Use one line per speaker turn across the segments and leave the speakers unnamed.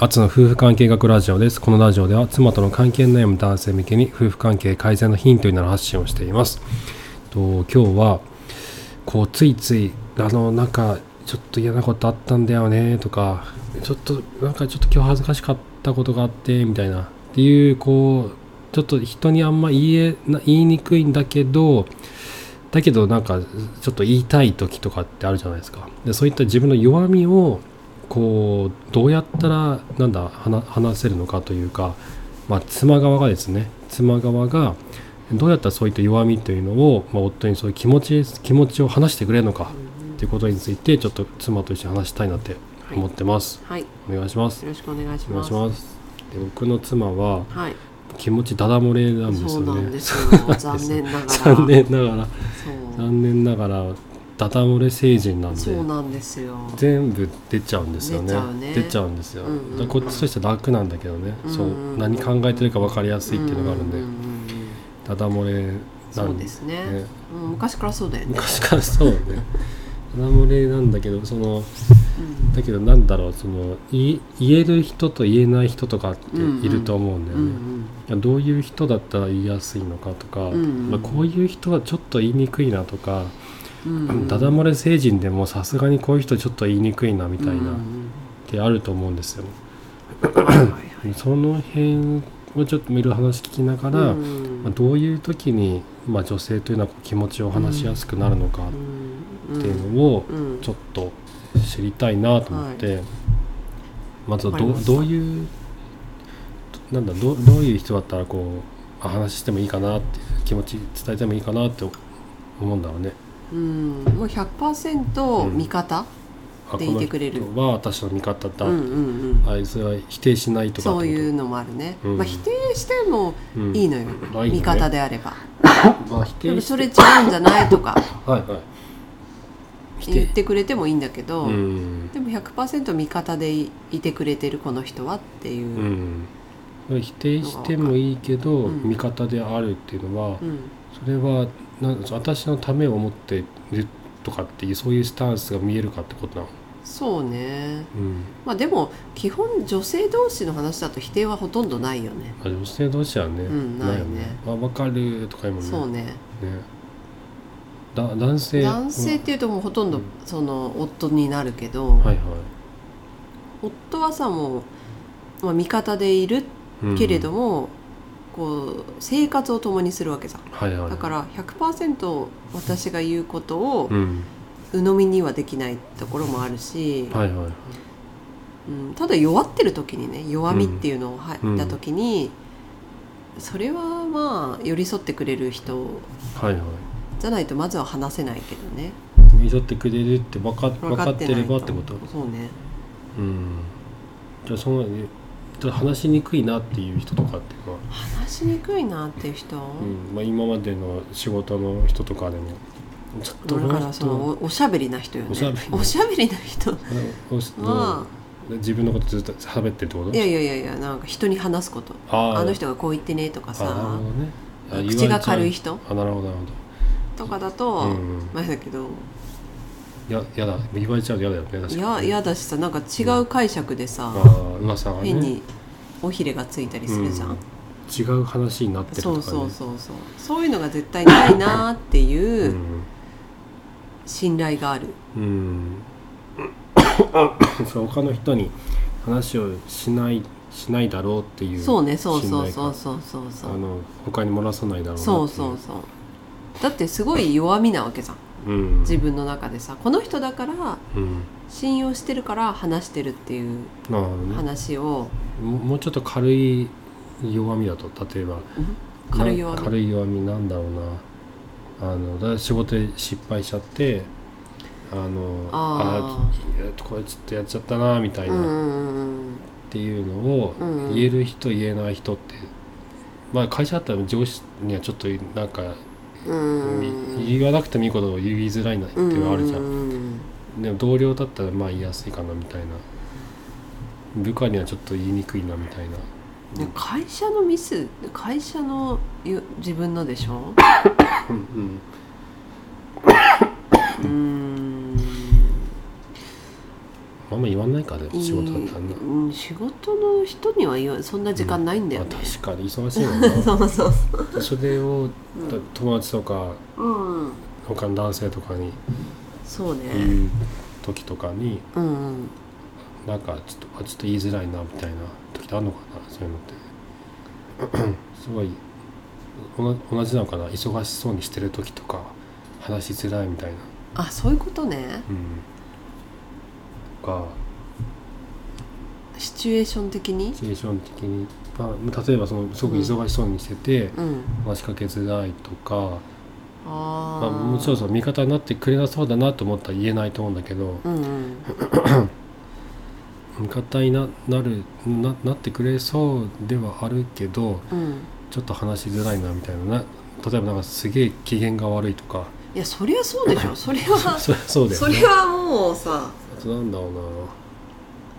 アツの夫婦関係学ラジオです。このラジオでは妻との関係の悩む男性向けに夫婦関係改善のヒントになる発信をしています。と今日はこうついついあのなんかちょっと嫌なことあったんだよねとかちょっとなんかちょっと今日恥ずかしかったことがあってみたいなっていうこうちょっと人にあんま言えな言いにくいんだけどだけどなんかちょっと言いたい時とかってあるじゃないですかでそういった自分の弱みをこうどうやったらなんだ話話せるのかというか、まあ、妻側がですね妻側がどうやったらそういった弱みというのを、まあ、夫にそういう気持ち気持ちを話してくれるのかということについてちょっと妻と一緒に話したいなって思ってます、
はい、よ
お願いします
ろしくお願いし
お願
ま
い
す。
しますで僕の妻は
はい、
気持ちダダ漏れなんですよ
そうなん
ね
ですよ。残念ながら。
残念ながら
そう。
残念ながらダダ漏れ成人なんで
そうなんですよ。
全部出ちゃうんですよ
出
ね
ちゃうね
出ちゃうんですよ、
うんうんうん
だからこっちとしては楽なんだけどね、
うんうん
そう何考えてるか分かりやすいっていうのがあるんで、
うんうんうんうん
ダダ漏れな
そうんですね。うん、昔からそうだよね。
昔からそうねダダ漏れなんだけどその
うん
だけどなんだろうそのい言える人と言えない人とかっていると思うんだよ
う
ね、
ん
いやどういう人だったら言いやすいのかとか、
うんうん
まあ、こういう人はちょっと言いにくいなとか、
うんうん。
ダダ漏れ成人でもさすがにこういう人ちょっと言いにくいなみたいな、
うんう
っ
ん
てあると思うんですよ。
うん。はいはいはい
その辺をちょっといろいろ話聞きながら、
うん
まあ、どういう時に、まあ、女性というのはこう気持ちを話しやすくなるのか
うん
っていうのを
うんうん
ちょっと知りたいなと思って、まずはど
わ
う
かりました
どういうなんだどうどういう人だったらこうあ話してもいいかなって気持ち伝えてもいいかなって思うんだろうね。
うん、もう100%味方、
あ
でいてくれる
この人は私の味方だ、
うん、うんうん
あいつは否定しないとか
そういううのもあるね、
うん
まあ否定しても
うん
いいの
あ
よ、
いいのね
味方であれば
まあ否
で
定
も
し
それ違うんじゃないとか
はいはい否
言っ
定
てくれてもいいんだけど、
うん
でも100%味方でいてくれてるこの人はっていうう、
ん否定してもいいけど、
うん
味方であるっていうのは、
うん
それはなん私のためを思ってるとかっていうそういうスタンスが見えるかってことなの、
そうね
うん
まあでも基本女性同士の話だと否定はほとんどないよね、
あ女性同士はね、
うんないね
あ分かるとか今
そうね
ねだ男性
男性っていうともうほとんど
うん
その夫になるけど、
うんはいは
夫はさもう、まあ、味方でいる
い、うん
けれども、こう生活を共にするわけさ
はいはい
だから100%私が言うことを
うん
鵜呑みにはできないところもあるし、
はいはい
うん、ただ弱ってる時にね弱みっていうのを
うん
入った時に、それはまあ寄り添ってくれる人
はいはい
じゃないとまずは話せないけどね
見取ってくれるって分か分かって
な
れ
い
ばってこと
そうね
うんじゃあそのねちょっと話しにくいなっていう人とかっていうのは、
話しにくいなっていう人、
うんまあ、今までの仕事の人とかでもちょっとこ
だから
の
そ
人
のおおしゃべりな人よね
おしゃべり
おしゃべりな人
あのおし
ま
どう自分のことずっと喋ってってこと
いやいやいやいやなんか人に話すこと
あー
あの人がこう言ってねとか
あなる
さ
ほどねあ言われちゃ
口
う
が軽い人
あなるほどなる
とかだ
ほ
と、
どうんうん
まあだけど
いややだ言われちゃうと嫌だよね確か
い
に
やいやだしさなんか違う解釈でさ、
あー噂がね
変に尾ひれがついたりするじゃん、
うん違う話になってると
そ
か、
う
ね、
そうそうそうそういうのが絶対ないなーって
う、
いうん信頼がある、
うん、 そう他の人に話をしないしないだろうっていう
そうねそうそう
信頼
そ
感
うそうそうそ
あ
う
の他に漏らさないだろうなってい
そうそうそうだってすごい弱みなわけじゃん
うん、
自分の中でさこの人だから
うん
信用してるから話してるっていう
なるほどね
話を、
ももうちょっと軽い弱みだと例えば
うん軽い弱
な
み
軽い弱みなんだろうなあのだから仕事で失敗しちゃってあの
あ
あーこれちょっとやっちゃったなみたい
うんう
なっ
んうん
ていうのを
うんうん
言える人言えない人ってまあ会社だったら上司にはちょっとなんか
うんうん
言わなくてもいいことを言いづらいなっていうのはあるじゃ
うんんうん
でも同僚だったらまあ言いやすいかなみたいな部下にはちょっと言いにくいなみたいな
うん会社のミス会社のゆ自分のでしょ
うん
うーん
あんま言わないかでも仕事だったらな、
うん、仕事の人には言わそんな時間ないんだよね
まあ、、確かに忙しいもん な
そうそうそ
それを
う
だ友達とか
うん、うん、
他の男性とかに
そうね
言う時とかに
うん、うん、
なんかちょっとあちょっと言いづらいなみたいな時ってあるのかなそういうのって すごい同じ同じなのかな忙しそうにしてる時とか話しづらいみたいな
あそういうことね
うんとか
シチュエーション的に
シチュエーション的に、まあ、例えばそのすごく忙しそうにしてて、
うん
話しかけづらいとか、
あ
まあ、
ー
もちろんその味方になってくれなそうだなと思ったら言えないと思うんだけど
うんうん
味方にななるななってくれそうではあるけど
うん
ちょっと話しづらいなみたいなな例えばなんかすげえ機嫌が悪いとか
いやそりゃそう でしょそれは
そそうだよ
そ
ね
れはもうさ
あとなんだろうな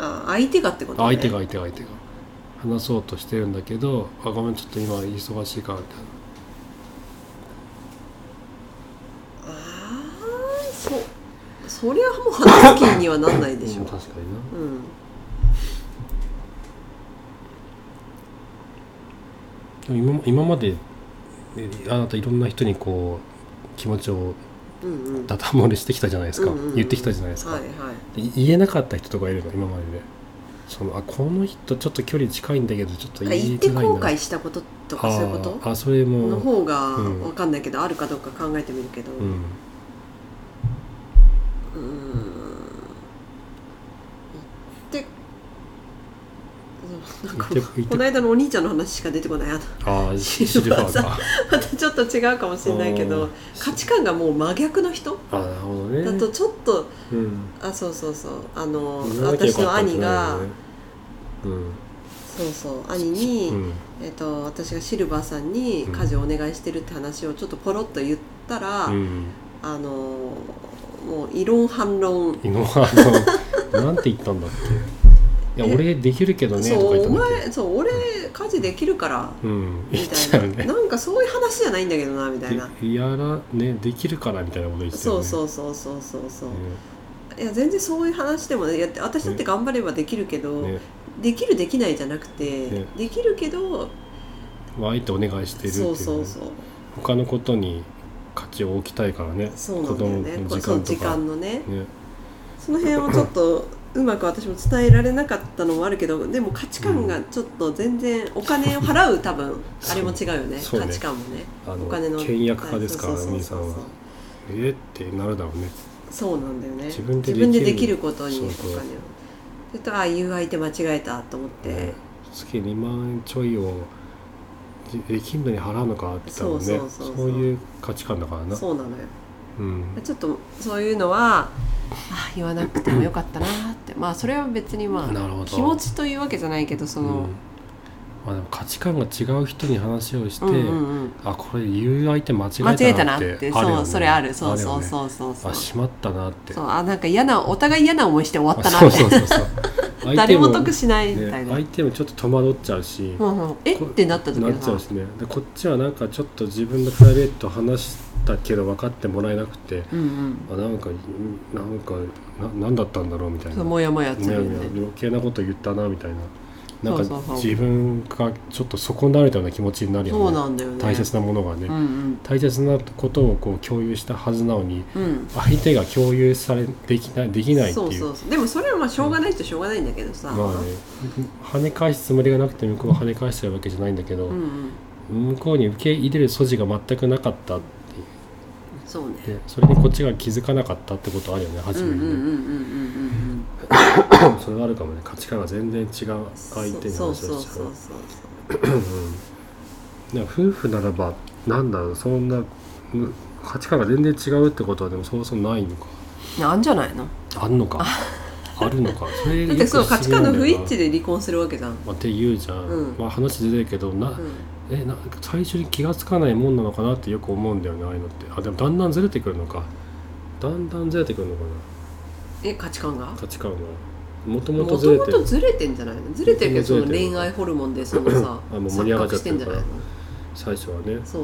あ相手がってこと、
あ
ね、
相手が相手が相手が話そうとしてるんだけど「あごめんちょっと今忙しいから」みたいな
あーそうそりゃもう話す気にはなんないでし
う
ょ
ん、確かにな
うん
でも今今までえあなたいろんな人にこう気持ちを
うんうん
ダダ漏れしてきたじゃないですか、
うんうんうん
言ってきたじゃないですか、
はいはい
で言えなかった人とかいるの今まででそのあこの人ちょっと距離近いんだけどちょっと
あ
言
言
い
って
づらいな
後悔したこととかそういうこと
あーあそれ
の
も、
方が
うん
わかんないけど、あるかどうか考えてみるけど、
うん、
うーん言ってなんか
言って言って
この間のお兄ちゃんの話しか出てこないあの
ああシシ
シル
ルバ
バー
ー
さん
か
またちょっと違うかもしれないけ
あ
ど
ー
価値観がもう真逆の人
あなるほどね
だとちょっと
うん、
あそうそうそうあの
言わなきゃよ
私の
かったんじ
兄
ゃない
が
よねうん
そうそう兄に、
うん
えっと私がシルバーさんに家事をお願いしてるって話をちょっとポロッと言ったら、
うん
あのもう異論反論
今はあの なんて言ったんだっけいや
え
俺できるけどねとか
そ
言っ
う
た
お
んだっ
前そう俺家事できるから
けうん
み
言っちゃ
た
う
いな、
ね
なんかそういう話じゃないんだけどなみたいな、
でやらねできるからみたいなこと言ってた
そ
よ
う
ね
そうそうそうそうそう、
ね
いや全然そういう話でもねいや私だって頑張ればできるけど、
ね
できるできないじゃなくて、
ね
できるけど
まああえてお願いしてるっていう,、ね、
そうそうそう
他のことに価値を置きたいからね
そうなんだよね
子供の時間とか
これそう時間のね
ね
その辺をちょっ とうまく私も伝えられなかったのもあるけどでも価値観がちょっと全然お金を払う 多分
そう
あれも違うよね
そうね
価値観もね
あの
お金の
倹約家ですから
はいそうそう
兄
そ
さ
うそうん
はえってなるだろうね
そうなんだよね
自分でできる
できることにお
そう
金を
そう
ちょっとああいう相手間違えたと思って、
ね月2万円ちょいをじできんのに払うのかって言ったもんね
そうそうそうそう
そういう価値観だからな
そうなのよ
うん
ちょっとそういうのはあ言わなくてもよかったなってまあそれは別にま
なるほど
あ気持ちというわけじゃないけどそ
うん
の、
まあでも価値観が違う人に話をして、
うんうんうん
あこれ言う相手間違
間違
え
えた
た
な
なっ
ってて
あるよ
そ
ね
うそれあるそ
よ
うそう
ね
そうそうそう
あしまったなって
そうあなんか嫌なお互い嫌な思いして終わったな
あ
み
そ
た
う
い
そ
な
うそ うそう
誰も得しないみたい
ね、
な、
相手もちょっと戸惑っちゃうし、
うんうん、え
こ
ってなった時
な
は
っちゃ
さ
うしねでこっちはなんかちょっと自分のプライベート話したけど分かってもらえなくて
うんうん
あなんかうんなんかな何だったんだろうみたい
そ
な
うもやもやす
もや
る
も
ん
や
で
余計なこと言ったなみたいななん
そう
か
そうそう
自分がちょっと損なわれたような気持ちになる
そ
よ
う
ね
なんだよね
大切なものがね、
うんうん
大切なことをこう共有したはずなのに
うん
相手が共有されできないできないっていう
そうそうそうでもそれはまあしょうがないっちゃしょうがないんだけどさ、
まあね跳ね返すつもりがなくて向こうは跳ね返してるわけじゃないんだけど、
うんうん
向こうに受け入れる素地が全くなかったっていう
そうね
でそれにこっちが気づかなかったってことあるよね
う
初
ん
め
うんうん
に
うん
ね、
うん
それはあるかもね価値観が全然違う
うん
相手に話
そ
を
うそう
しち
そ
ゃ
う
う
そう
でも夫婦ならばなんだろうそんなむ価値観が全然違うってことはでもそうそうないのか
なんじゃないの
あんのかあるのかそれ
だってそう
よく不
価
思
値
議なんだ
観の
よな
不一致で離婚するわけじゃん、うん、
まあって言うじゃん、
うん
まあ話ずれるけどな、えなんか最初に気が付かないもんなのかなってよく思うんだよねああいうのってあでもだんだんずれてくるのかだんだんずれてくるのか
え価値観が
な価値観がもとも
も
と
と
ずれ
も
て
と
る
ずれてんじゃないのずれてるけどその恋愛ホルモンでそのさ
あもう盛り上がっちゃってるから
錯覚してんじゃないの
最初はね
そうそう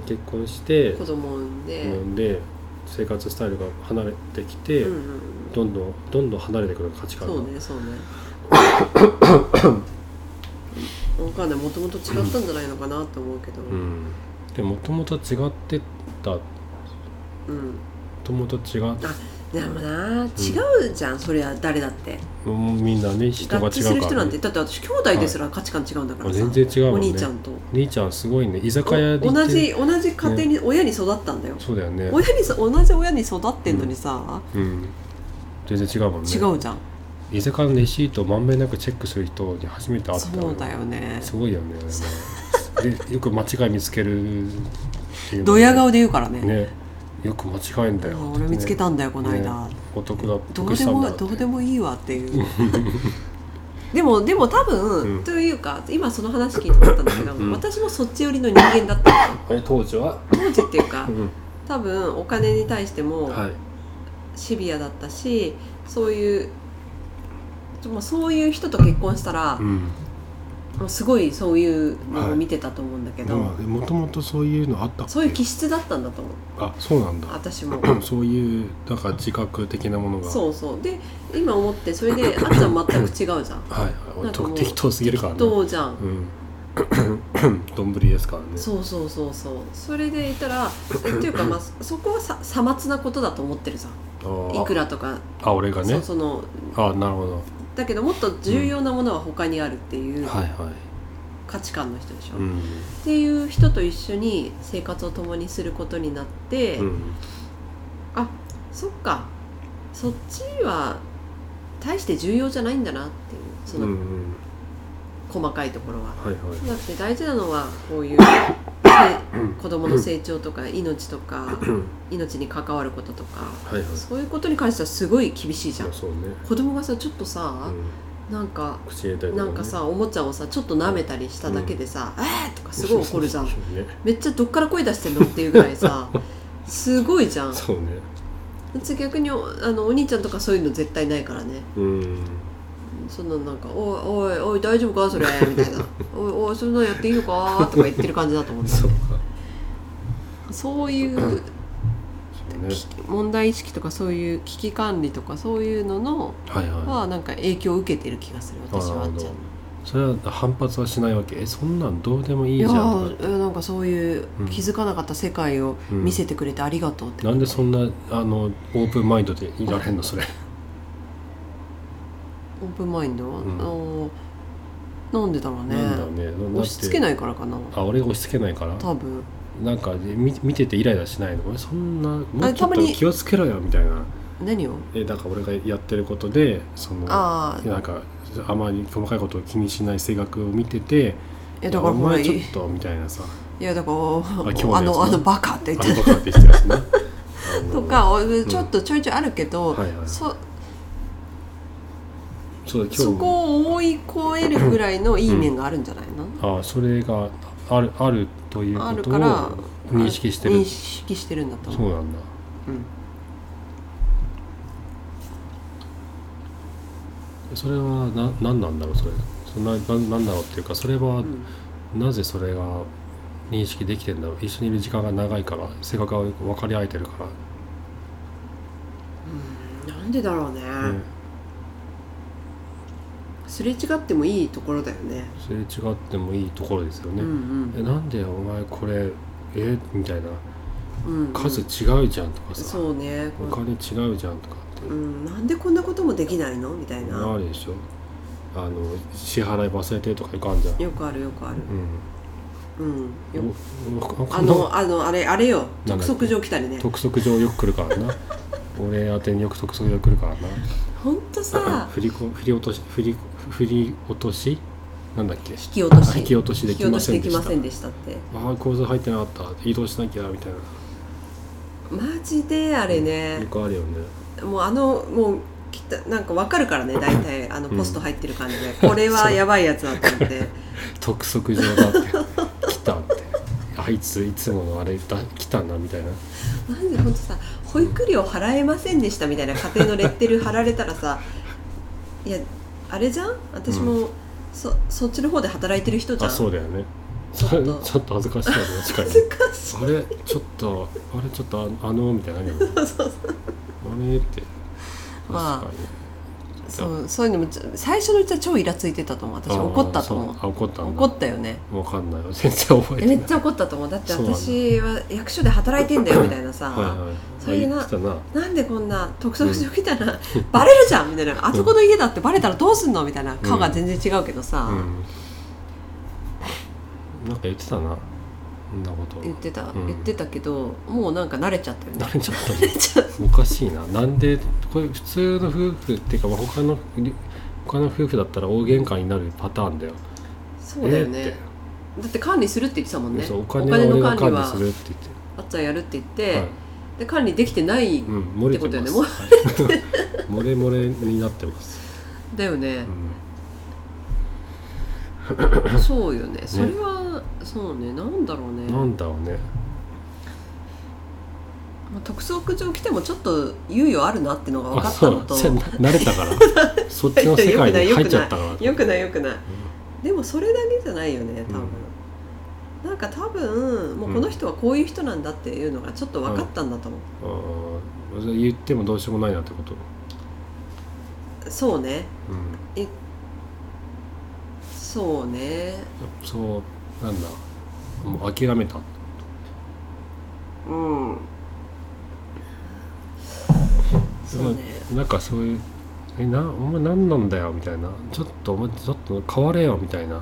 で結婚して
そう子供産んで、
飲んで生活スタイルが離れてきて、
うんうんうん、
どんどんどんどん離れてくる価値観が
そうねそうねわかんないもともと違ったんじゃないのかなと思うけど、
うん、でもともと違ってたも
うん
ともと違っ
でもな違うじゃん、そりゃ誰だって
もうみんなね人
合
が
致
違
す
う
る
か
人
ら
なん
ね、
てだって私兄弟ですら価値観違うんだからさ、
全然違う
お
もんね
兄ちゃんと
兄ちゃんすごいね居酒屋で行って
同じ同じ家庭に親に育ったんだよ、
そうだよね、
親にさ同じ親に育ってんのにさ、
うん、全然違うもんね
違うじゃん、
居酒屋のレシートをまんべんなくチェックする人に初めて会った
そうだよね
すごいよねあれねでよく間違い見つけるっていうのね
ドヤ顔で言うからね
ねよく間違えんだよ、
俺見つけたんだよこの間、
ねお得だ
ど
得
う
し
で
たんだ
も
って
どうでもいいわっ ていうでもでも多分、
うん
というか今その話聞いて思ったんだけど、
うん
私もそっち寄りの人間だったの
え当時は、
当時っていうか
うん
多分お金に対しても
はい
シビアだったし、そういうもうそういう人と結婚したら、
うん
もうすごいそういうのを見てたと思うんだけど、
もともとそういうのあったっけ
そういう気質だったんだと思う
あそうなんだ
私も
そういうだから自覚的なものが
そうそうで今思ってそ れであっちゃん全く違うじゃん
はい
なんかもう
適当すぎるからね
どうじゃん
うんどんぶりですからね
そうそうそうそうそれでいたらえっていうかまあそそこはささまつなことだと思ってるさ
あー
いくらとか、
あ俺が
そ
ね
その
あなるほど
だけどもっと重要なものは他にあるっていう
はいは
価値観の人でしょ、
いうん
っていう人と一緒に生活を共にすることになって、
うん
そっかそっちは大して重要じゃないんだなっていうそ
うんう
の
ん
細かいところは。
はいはい
だって大事なのはこういう
うん
子供の成長 とか命とか
うん
命に関わることとか
はいはい
そういうことに関してはすごい厳しいじゃ
ま
ん
あ。そうね
子供がさちょっと
う
さ、
ん
なんか
口入れたりと
な
ね
んかさおもちゃをさちょっと舐めたりしただけでさ「えー!」とか
そ
す
う
ごい怒るじゃん
そうね
めっちゃどっから声出してんのっていうぐらいさ すごいじゃん
そうね
うち逆におあのお兄ちゃんとかそういうの絶対ないからね
うん
そんななんか「おいおいおい大丈夫かそれ」みたいな「おいおいそんなんやっていいのか?」とか言ってる感じだと思うんだよ
そう
ね
か
そういう
そうね
き問題意識とかそういう危機管理とかそういうのの
はいは
はなんか影響を受けてる気がする
い
私は
な
あっ
る
ち
ほ
ゃん
どそれは反発はしないわけえそんなんどうでもいい
い
じゃ
や
んとか
ーなんかそういう
うん
気づかなかった世界を
うん
見せてくれてありがとうって、
なんでそんなあのオープンマインドでいられんのそれ
オープンマインド、
ん
あのなんでだろうね
なんだろうねだって
押し付けないからかな
あ俺が押し付けないから
多分
なんかみ見ててイライラしないの俺そんなも
あ
うちょ
た
っ
ま
と
に
気をつけろよみたいな
何を
えなんか俺がやってることでその
ああ
なんかあまり細かいことを気にしない性格を見てて
いやだから
お
ほら
前
い
ちょっとみたいなさ
やだから
今日の
あ
やつ
の
な
あのバカって
あ
言
れば
って
かってして ですねあの
とか俺ちょっとちょいちょいあるけど、
はいはい
そ
そう今日
そこを思い超えるぐらいのいい面があるんじゃないの、
ああそれがあるあるという
あ
こ
る
と
か
を
ら
認識してる
認識してるんだと
そ
思う
うなんだ
うん
それはな何なんだろうそれそんなななんだろうっていうかそれは
うん
なぜそれが認識できてんだろう一緒にいる時間が長いから性格が分かり合えてるか
なんでだろうね、
ら、ね、
すれ違ってもいいところだよね
すれ違ってもいいところですよね、
うん
えなんでお前これえみたいな
うんうんうん
数違うじゃんとかさ、
そうね
お金違うじゃんとかって
うん、なんでこんなこともできないのみたい
あ
な
るでしょあの支払い忘れてるとかいかんじゃん、
よくあるよくある
う
うんよ
ん、おおお
あのあのあれあれよ
なんだ
督
っけ
促状来たりね
督促状よく来るからな俺宛てによく督促状来るから
ほんと
な
さ
振りこ振り落とし振り振り落としなんだっけ
引き落と
あ
し
引き落としできません
引
で
き落としでき
し
ま
た
せんでしたって
ああ構造入ってなかった移動しなきゃみたいな
マジであれ
よ
ね、
くあるよね
もうあのもうきたなんかわかるからね大体あのポスト入ってる感じで、これはやばいやつだと思って
督促状だって来たってあいついつものあれだ来たなみたいな
なんでほんとさ保育料払えませんでしたみたいな家庭のレッテル貼られたらさいやあれじゃん私も、そそっちの方で働いてる人じゃ
あ
ん
そうだよね
ちょっと
ちょっと恥ずかしいな確
恥
かに
ずかしい
あれちょっとあれちょっとああのみたいなのあるよね
そうそうそう
あれって確
まあ
かに、
そうそういうのもちょ最初のうちは超イラついてたと思う私
あー
怒ったと思
そうあ怒った
うん
だ
怒ったよね
わかんないよ全然覚えて
え
な
め
い
っちゃ怒ったと思うだって
そうなんだ
私は役所で働いてんだよみたいなさ、
はいはい
そういうな
あ言ってたな
なんでこんな特捜してみたいな、バレるじゃんみたいなあそこの家だってバレたらどうすんのみたいな顔が全然違うけどさ、
うん、なんか言ってたなそんなこと
言ってた、
うん
言ってたけどもうなんか慣れちゃったよね
慣れちゃった
慣れちゃっ
おかしいななんでこれ普通の夫婦っていうかまあ他の他の夫婦だったら大喧嘩になるパターンだよ
たそうだよね、
えーっ
だって管理するって言ってたもん
て
ね
そうお金は俺が
の管
管
理
理
は
するって
あっちゃんやるって言って、
言って、はい
で管理できてない、
うん、漏れて
って
ます
こと
はい漏れ漏れになって ます、
だよね
う、ん
そうよねそれはそうねなんだろうね、
なんだろうね
まあ、特捜区上来てもちょっと猶予あるなってのが分か
あ
った
そ
の
う
と
じゃあ慣れたから そっちの世界に入っちゃったから
よくないよくないでもそれだけじゃないよね多分、なんか多分もうこの人はこういう人なんだっていうのがちょっと分かったんだと思う、
うんうん言ってもどうしようもないなってこと、
そうね
うん、
そうね
そうなんだもう諦めた
うんそうね
なんかそういう「えなお前何なんだよ」みたいな「ちょっとお前ちょっと変われよ」みたいな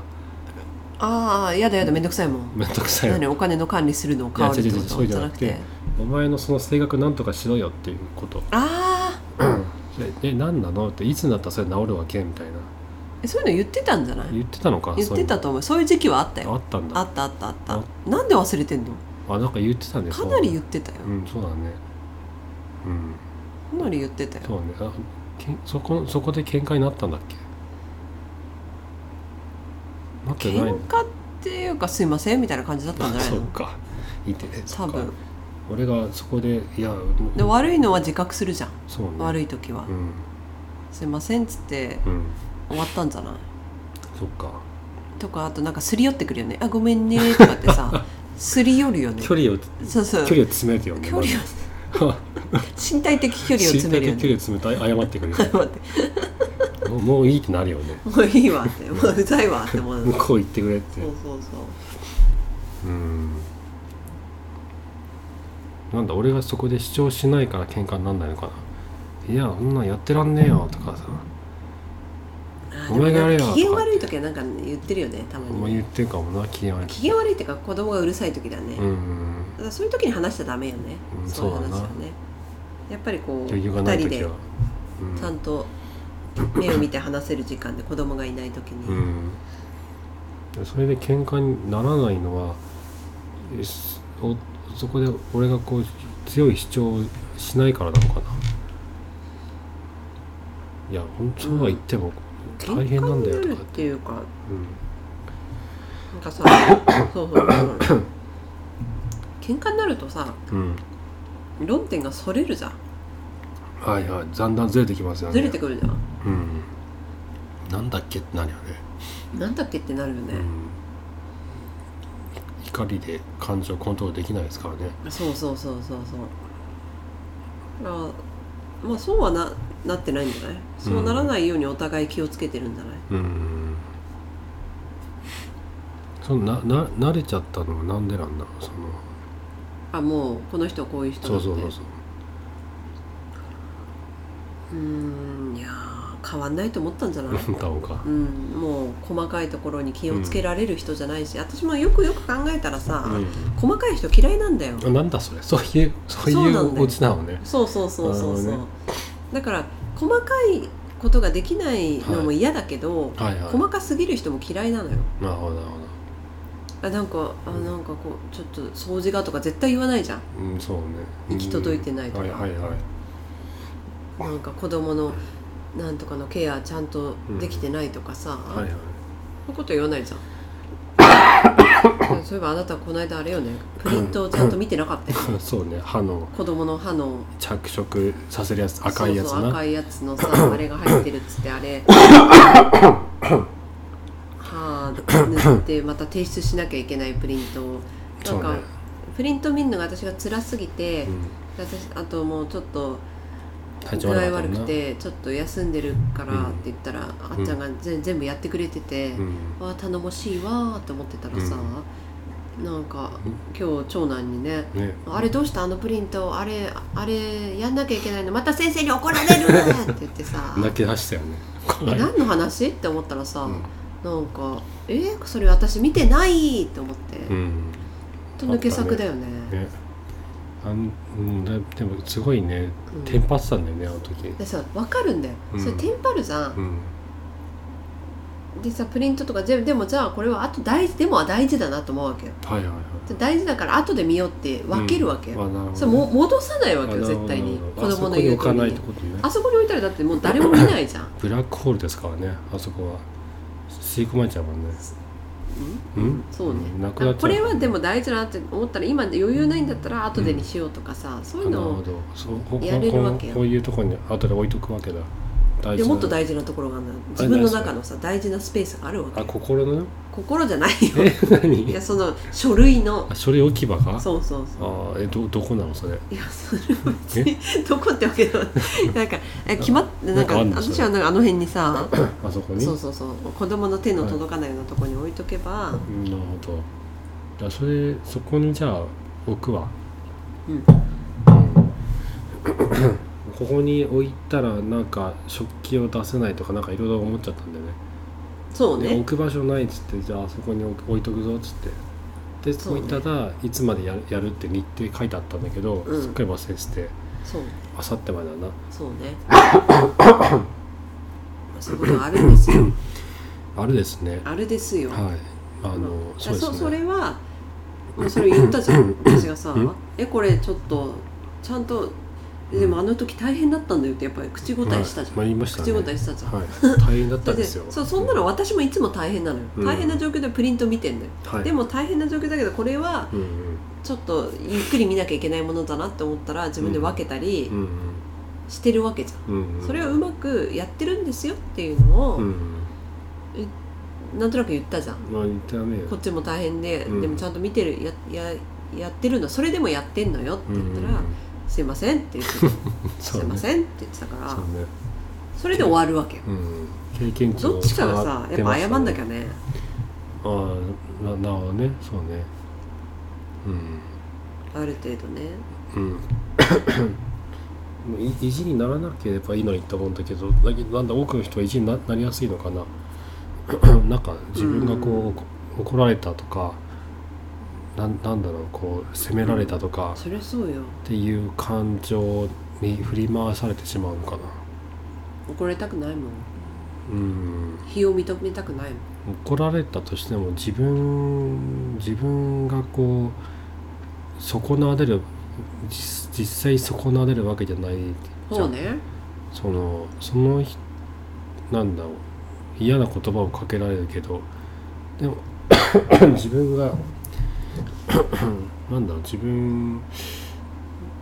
ああやだやだめんどくさいもん
めんどくさい
何お金の管理するのを変わるってこ
いや違う違うそ
と
う
じ
じゃ
ゃな
な
く
く
て
てお前のその性格なんとかしろよっていうこと
あ
「でえ何なの?」って「いつになったらそれ治るわけ?」みたいな
あそういうの言ってたんじゃない
言ってたのか
言ってた
そ
と思うそういう時期はあった
ういうのあ
よ
ったん
あ
だ
ったあったあっ
あ
たなんで忘れてんの
あなんか言ってたんです
かなり言
っ
ってたよ
うんそうだねうん
かなり言ってたよ
そうねあけんそこそこで喧嘩になったんだっけなってないの
喧嘩っていうかすいませんみたいな感じだったんじゃない
そう
の
かいてね
多分
俺がそこでいや
で悪いのは自覚するじゃん
そうね
悪
い
い時は
うん
すいませんっつって
うん
終わったんじゃない
そっか
とかあとなんかすり寄ってくるよねあごめんねとかって さすり寄るよね
距離を
そうそう
距離を詰めてよね
距離を
ま ず
身体的距離を詰めるよ
身体的距離を
ね
詰めて謝ってくれる
待って
もうもういいってなるよね
もういいわってもううざいわって思う
向こう行ってくれって
そううそうそうん
なんだ俺がそこで主張しないから喧嘩になんないのかないやそんなんやってらんねえよとかさ
あー
お前がやれよ
でもなんか機嫌悪い時はなんか言ってるよねたま
お前
に
言ってるかもな気が悪い
機嫌悪いっていうか子供がうるさい時だね
うんうん
だからそういう時に話しちゃダメよね、
うん
そういう
そうだ
話
な
はねやっぱりこう
余裕が
2
ない
人
時
で
はうん
ちゃんと目を見て話せる時間で子供がいない時に、
うん、それで喧嘩にならないのはえすおそこで俺がこう強い主張をしないからなのかないや本当は言っても大変なんだよ
喧
と
嘩にな
かっ、
るってていうか
うん、
なんかさそうそうそうそう喧嘩になるとさ
うん、
論点がそれるじゃん
はいはいだんだんずれてきますよね
ずれてくるじゃん
うんなんだっけってなるよね、
なんだっけってなる
う
よね、
ん、怒りで感情をコントロールできないですからね
そうそうそうそうそうだからまあそうはななってないんじゃないそうならないようにお互い気をつけてるんじゃない、
うんそのなな慣れちゃったのはなんでなんだろうその
あもうこの人はこういう人だ
そ
っ
う
て
そうそうそう
うーんいやー変わんないと思ったんじ ゃない
なんだろうか
うんもう細かいところに気をつけられる人じゃないし、私もよくよく考えたらさ、
う
細かい人嫌いなんだよ
ん、なんだそれそういうそう
そう
い
なんだ
う
よ
オチなのね
そうそうそうそうそう、
なるほどね
だから細かいことができないのも嫌だけど、
はいはい
細かすぎる人も嫌いなのよ
なるほどなるほ
あなんかあ
うん
なんかこうちょっと掃除がとか絶対言わないじゃん
どうんそうね
行き届いてないとか
うんはいはいはい
なんか子供のなんとかのケアちゃんとできてないとかさ、
はいはい
そういうこと言わないじ ゃんそういえばあなたこの間あれよねプリントをちゃんと見てなかった よ
そうね歯の
子供の歯の
着色させるやつ赤いやつ
そうそう
な
赤い やつのさあれが入ってるっつってあれはあ塗ってまた提出しなきゃいけないプリントをな
そ
ん
う
か、
ね
プリント見るのが私が辛すぎて、
うん
私あともうちょっと
体調
具合
悪かったも
悪
ん
く
な
てちょっと休んでるからって言ったら、あっちゃんが全全部やってくれてて、
うん
ああ頼もしいわーって思ってたらさ、なんか今日長男にね
ね
あれどうしたあのプリントあれあれやんなきゃいけないのまた先生に怒られるって言ってさ
泣き出したよね
何の話って思ったらさ、
うん
なんか「えーそれ私見てない!」って思って、
う
ほん
ん
と抜け策だよね
ねあんうんだでもすごいね
うん
テンパってたんだよねあの時
でさ分かるんだよ、
うん
それテンパるじゃん
う、ん
でさプリントとか全部でもじゃあこれはあと大事でもは大事だなと思うわけよ
はいはいはい
で大事だから後で見ようって分けるわけよ、そ
そ
れも戻さないわ
あ
けよ絶対に子
なるほど
供の
なる
言う
ほどあそこに置か
通
ないっ
り
て
に
ことね
あそこに置いたらだってもう誰も見ないじゃんん
ブラックホールですからねあそこは吸い込まれちゃうもんねうん
そうね
なくなっちゃう
これはでも大事だなって思ったら今余裕ないんだったら後でにしようとかさ、そういう
なる
の
ほ
を
どそうこ
やれるわ
こ
けよ
こういうとこに後で置いとくわけだ大
で
事な
もっと大事なところがあるのよ
あれ
自分の中のさ大事なスペースがあるわけ
あ
よ
心の
心じゃないよ
え
い
何
やその書類の
あ書類置き場か
そうそうそう
あーえどどこなのそれ
いやそれは別にどこってわけではなんかえ決まってな
な
んか
んかあるんですよ
私はなんかあの辺にさ
あそこに
そうそうそう子供の手の届かないようなところに置いとけば、
うんなるほどじゃあそれそこにじゃあ置くわ
うん
ここに置いたらなんか食器を出せないとかなんかいろいろ思っちゃったんだよね
そう
で置
ね
く場所ないっつってじゃああそこに置く置いとくぞっつってで
そうね
置いたらいつまでやるやるって日程書いてあったんだけど、
うん
すっかり忘れてて
そう
あさってまでだな
そうねそういうことがあるんで すよ
あれですね
あれですよ、
はいあの
だ
そ
そう
ですね
それはもうそれ言ったじゃん私がさ
うん
「えこれちょっとちゃんとでもあの時大変だったんだよ」ってやっぱり口答えしたじゃん、
はいまあ言いましたね
口答えしたじゃん、
はい大変だっ
そ
たん
れで
ですよ
そうそんなの私もいつも大変なのよ、
うん
大変な状況でプリント見てんのよ、
はい
でも大変な状況だけどこれは
うんうん
ちょっとゆっくり見なきゃいけないものだなって思ったら自分で分けたり
うん
してるわけじゃん、
うんうん
それをうまくやってるんですよっていうのを、
うんうん
なんとなく言ったじゃん
まあ言ってはねえよ
こっちも大変で、
うん
でもちゃんと見てるやややってるのそれでもやってんのよって言ったら「
うんうん
すいません」って言ってた
そ
す
う
い
ね
ません」って言ってたから
そ
そ
ね
うれで終わるわけよ
うん経験値
どっちかがさやっぱ謝んなき
ゃ
ゃね
ああななおねそうねうん
ある程度ね
うんもうい意地にならなければいいのに言ったもんだけどだけどなんだ多くの人は意地にななりやすいのかななんか自分がこう、
う
怒怒られたとかなんなんだろうこう責められたとか
そりゃそうよ
っていう感情に振り回されてしまうのかな
怒られたくないもん
うん
非を認めたくないもん
怒られたとしても自分自分がこう損なわれる実実際損なわれるわけじゃないじゃ
そうんね
そのそのひなんだろう嫌な言葉をかけられるけどでも 自分が なんだろう自分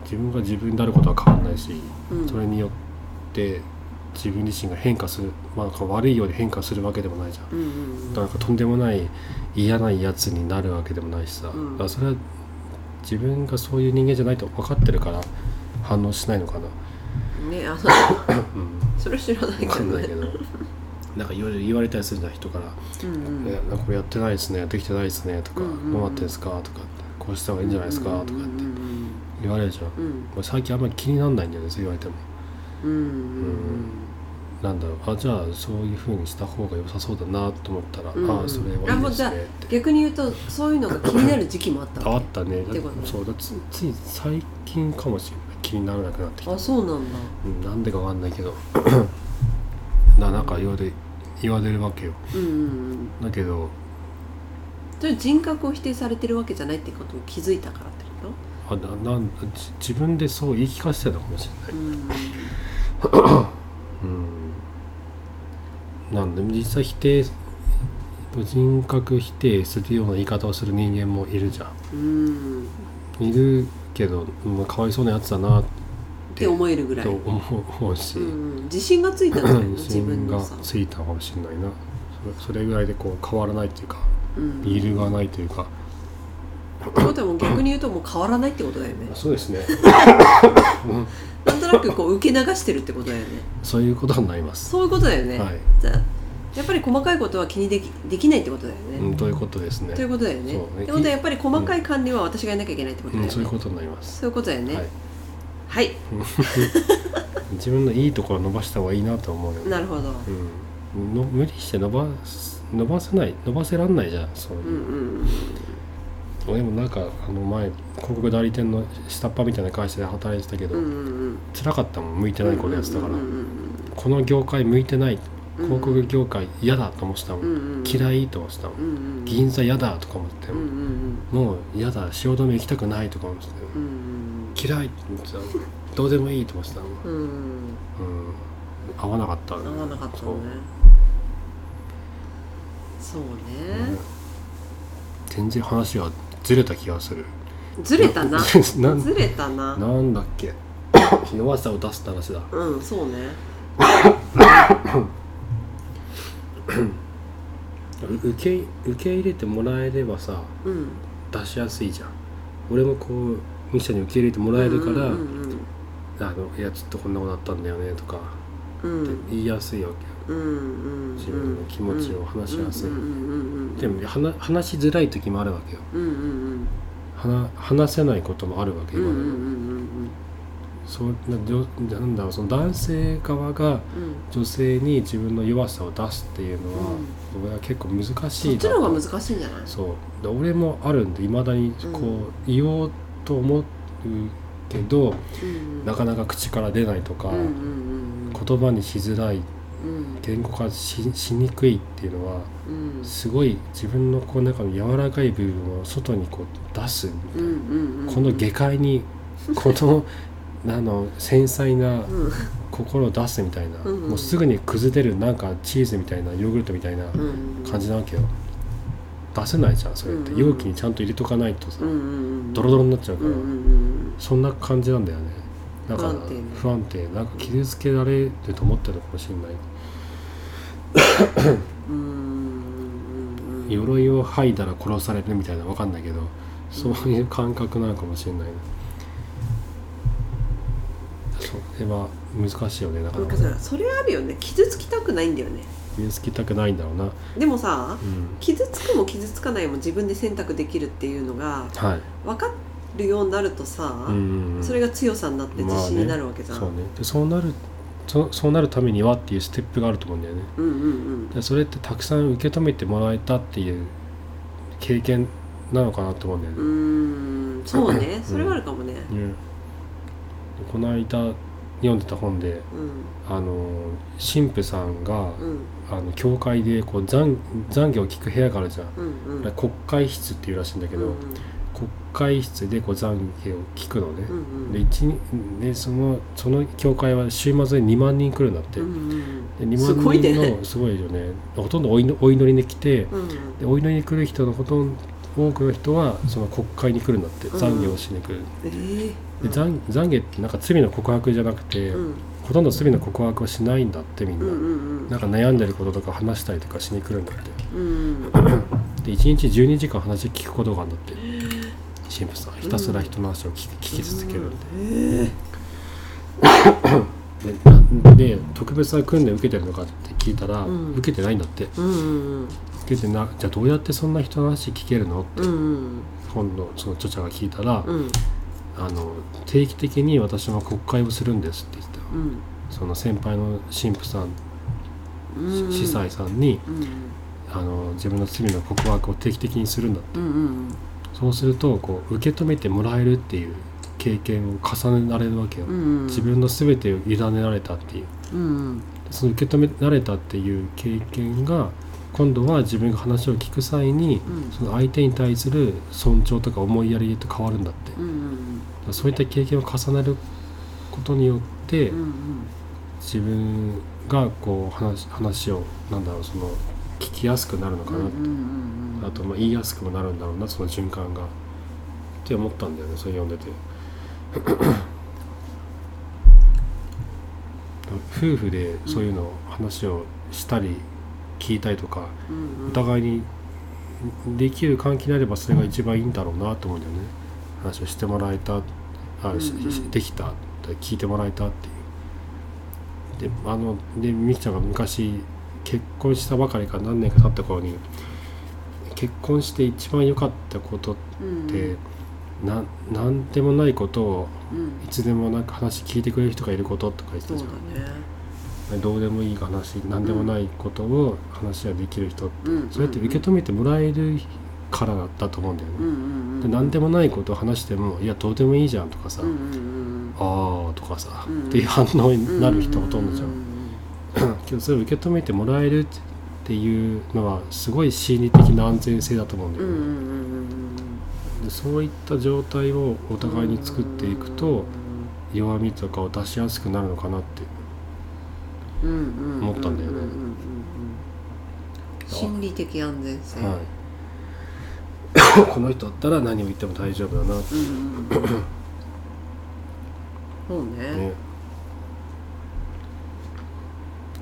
自分が自分であることは変わらないし
うん
それによって自分自身が変化する、まあ、なんか悪いように変化するわけでもないじゃん。
うんうんうん
なんかとんでもない嫌なやつになるわけでもないしさ、
うん
だからそれは自分がそういう人間じゃないと分かってるから反応しないのかな、
ねあそう
うん、
それ知らない け
分か
ど
んない
ね
けどなんかいろいろ言われたりするじゃん人から
うん
「ねなんかこれやってないですねできてないですね」とか「
うんうんうん
どうなってんですか?」とかって「こうした方がいいんじゃないですか?」とかって言われるじゃん
うんうん
俺最近あんまり気にならないんだよねそう言われても
うんうん
なんだろうあじゃあそういうふうにした方が良さそうだなと思ったら「
うんうん
ああそれ
あ
はいいで
もうじ
す
ゃあ
ね」
逆に言うとそういうのが気になる時期もあった
あ
わ
ったね
ってこと
そうだつつい最近かもしれない気にならなくなってき
け
た
あそうなんだ
うんなんでかわかんないけど ななんか言われ言われるわけよ
うんうんうん
だけど
それ人格を否定されてるわけじゃないってことを気づいたからってこ
あななんじ自分でそう言い聞かせてたかもし
と
れ
う
ない
ん
うんなんで実際否定人格否定するような言い方をする人間もいるじゃ
うんっ
んいるけど、まあ、かわいそうなやつだなって
思えるぐらい、
と
う
思うし、
ん、自信がついたんじゃないの自
自分
分
が
のさ
ついたかもしれないなそそれぐらいでこう変わらないっていうか
うん
理由がないというか、
ってことはもう逆に言うともう変わらないってことだよね
そうですね
なんとなくこう受け流してるってことだよね
そういうことになります、
そういうことだよね、
はい、
じゃあやっぱり細かいことは気にできできないってことだよね、
うん、ということですね
ということだよね
そうね
ってことはやっぱり細かい管理は私がやんなきゃいけないってことだ
う
よ
ん、
ね、
そういうことになります、
そういうことだよね
は
はいい、
自分のいいところを伸ばした方がいいなと思うよね
なるほど、
うん、の無理して伸ばす伸ばせない伸ばせらんないじゃんそう
う
い
ん
う、
うん
でもなんかあの前広告代理店の下っ端みたいな会社で働いてたけど、
うんうんうん
辛かったもん向いてない子のやつだから、
うんうん
この業界向いてない
うんうん
広告業界嫌だと思ってたもん、
うんうんうん
嫌いと思ってたもん、
うんうん
銀座嫌だとか思ってた
う
も
んうん
ん、
うん
もう嫌だ汐留行きたくないとか思ってたも、
うんん
嫌いって思ってたもんどうでもいいと思ってたもん、
うんう
う
ん
ん、合わなかったね
合わなかった
そう
のねそう
うん
ね、
全然話がずれた気がする
ずれたな
なん
ずれたな
なんだっけ 弱さを出すって話だ
うんそうね
受け受け入れてもらえればさ
うん
出しやすいじゃん俺もこうミキちゃんに受け入れてもらえるから「
うんうん
あのいやちょっとこんなことあったんだよね」とか
うんうん
って言いやすいわけ、
うんうん
自分の気持ちを話しやすい
うんうんうんうん
でも話話しづらい時もあるわけよ
うんうん
話話せないこともあるわけ
うんうんう
今
んう
でも、そ
ん
うなじょなんだろうその男性側が
うんうん
女性に自分の弱さを出すっていうのは、俺は結構難しいな
そっちの方が難しいんじゃない
そうで俺もあるんでいまだにこう、
うん
言おうと思うけど
うん
なかなか口から出ないとか、
うんうんうん
言葉にしづらい
うん
言語化ししにくいっていうのは
うん
すごい自分のこう中の柔らかい部分を外にこう出すみた
う
いな、
んうんうん
この下界にこの あの繊細な
うん
心を出すみたいな、
うんうん
もうすぐに崩れるなんかチーズみたいなヨーグルトみたいな
うん
感じなわけよ出せないじゃんそれって、
うんうん
容器にちゃんと入れとかないとさ、
うんうんうん
ドロドロになっちゃうか
うん
ら、
うんうん
そんな感じなんだよねだから
不安定ね
不安定なんか傷つけられると思ってるのかもしれない、
うんうんうんうん
鎧を剥いだら殺されるみたいなわかんないけどそういう感覚なのかもしれないね、それは難しいよねなか
なん
な
か
かね
さそれあるよね傷つきたくないんだよね
傷つきたくないんだろうな
でもさ
うん
傷つくも傷つかないも自分で選択できるっていうのが
はい
分かるようになるとさ、
うん
それが強さになって自信になるわけじゃん、
そうねでそうなるそそうなるためにはっていうステップがあると思うんだよね
うんうん
でそれってたくさん受け止めてもらえたっていう経験なのかなと思うんだよ
う
ね、
んうーんそうねそれはあるかもね
うんこの間読んでた本で
うん
あの神父さんが、
うん
あの教会でこう残残業を聞く部屋があるじゃん、
うんうん
あれ国会室っていうらしいんだけど、
うん
国会室でこう残業を聞くのね、
うんうん
で一日でそのその教会は週末に2万人来るんだって、
うんうん
で2
すご
万
いね
人のすごいよねほとんどお祈お祈りに来て、
うんうん
でお祈りに来る人のほとんど多くの人はその国会に来るんだって
うん
残業をしに来る、
えー
で残残業ってなんか罪の告白じゃなくて、
うん
ほとんど罪の告白をしないんだってみん
う
な、
んうん
なんか悩んでることとか話したりとかしに来るんだって
うん
で1日12時間話聞くことがあるんだって神父さんひたすら人の話を聞,、聞き続けるんで
え
でで特別な訓練受けてるのかって聞いたら、
うん
受けてないんだって
ーうん
受けてなじゃあどうやってそんな人の話聞けるのって
うんうん
本のその著者が聞いたら、
うん
あの定期的に私は国会をするんですって言ってた
うん
その先輩の神父さん、
うん
司祭さんに
うん
あの自分の罪の告白を定期的にするんだ
うんうん
そうするとこう受け止めてもらえるっていう経験を重ねられるわけよ、
うんうん
自分の全てを委ねられたっていう
うん
その受け止められたっていう経験が今度は自分が話を聞く際に
うん
その相手に対する尊重とか思いやりと変わるんだって、
うんうん
そういった経験を重ねることによって、
うんうん
自分がこう話話をなんだろうその聞きやすくなるのかな、
うんうんうん
あとまあ言いやすくもなるんだろうなその循環がって思ったんだよねそれ読ん でて夫婦でそういうのを話をしたり聞いたりとか
うんうん
お互いにできる関係になればそれが一番いいんだろうなと思うんだよね話をしてもらえたあし
うんうん
できた聞いてもらえたっていうであのでみきちゃんが昔結婚したばかりか何年か経った頃に結婚して一番良かったことっ
うん
て、な何でもないことを
うん
いつでもなんか話聞いてくれる人がいることとか言って
そう
たじ
だ
ゃん
ね
どうでもいい話何でもないことを話はできる人、
うん
そうやって受け止めてもらえるからだったと思うんだよ
うん
ね、
うん
で何でもないことを話しても「いやどうでもいいじゃん」とかさ「
うんうんうん
あー」とかさ、
うん
っていう反応
うん
になる人ほとんどじゃ、
うん
けどそれを受け止めてもらえるっていうのはすごい心理的な安全性だと思うんだ
うんう
よね、
ん
でそういった状態をお
うん
互いに作っていくと弱みとかを出しやすくなるのかなって
うんうんうん
思ったんだよね
うううんうん心理的安全性
はい この人だったら何を言っても大丈夫だなって
うんうんうんそうね
ね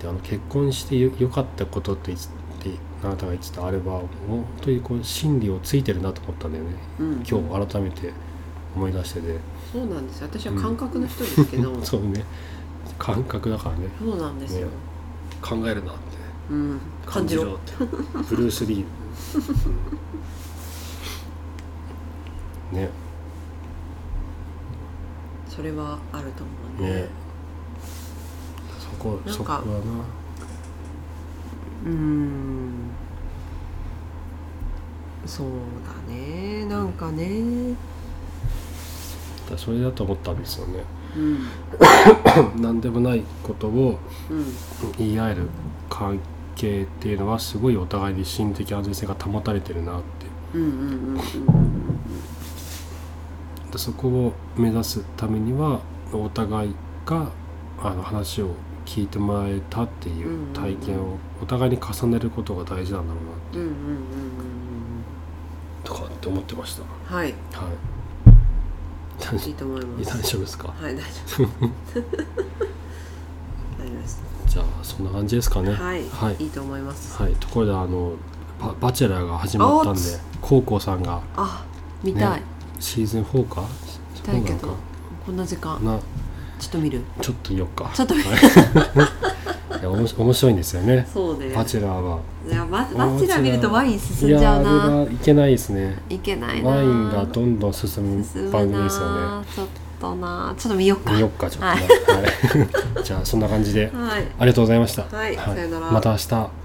であの結婚してよよかったことって言ってあなたが言ってたあれは本当にこう真理をついてるなと思ったんだよね
うん
今日改めて思い出してて、
そうなんですよ私は感覚の人ですけど
そうね感覚だからね
そうなんですよ
ね考えるなって
うん感じろ
ってブルース・ リー、うんね
それはあると思うね
ねそこ
なんか
そこはな
うーんそうだねなんかね
だからそれだと思ったんですよね
うん
何でもないことを
うん
言い合える関係っていうのはすごいお互いに心理的安全性が保たれてるなって
うんうんうんうん
でそこを目指すためにはお互いがあの話を聞いてもらえたっていう体験
うんうん
をお互いに重ねることが大事なんだろ
うんうんうんうん
うなとかって思ってましたは
うんはい
い 大
いいと思います
丈夫ですか
はい大丈夫大丈夫です
じゃあそんな感じです かね
はい、
はい
い、いと思います
はい、ところであのババチェラーが始まったんで
あ
コウコウさんが
あ見たい、
ねシーズン4か見
見たいけどこんな時間
な
ちょっと見る
ちょっと見よっか
ちょっと見る
はいいやおもし面白いんですよね
そうね
バチェラーはい
やババチェラー見るとワイン進んじゃう
いや
な
あれはいけないですね
いけないな
ワインがどんどん進む
進むな
番組ですよね
ちょっとなちょっと見よっか
見よっかちょっとね、
はい
はい じゃあそんな感じで
は
あ
い
りがとうございました
はいさよなら
また明日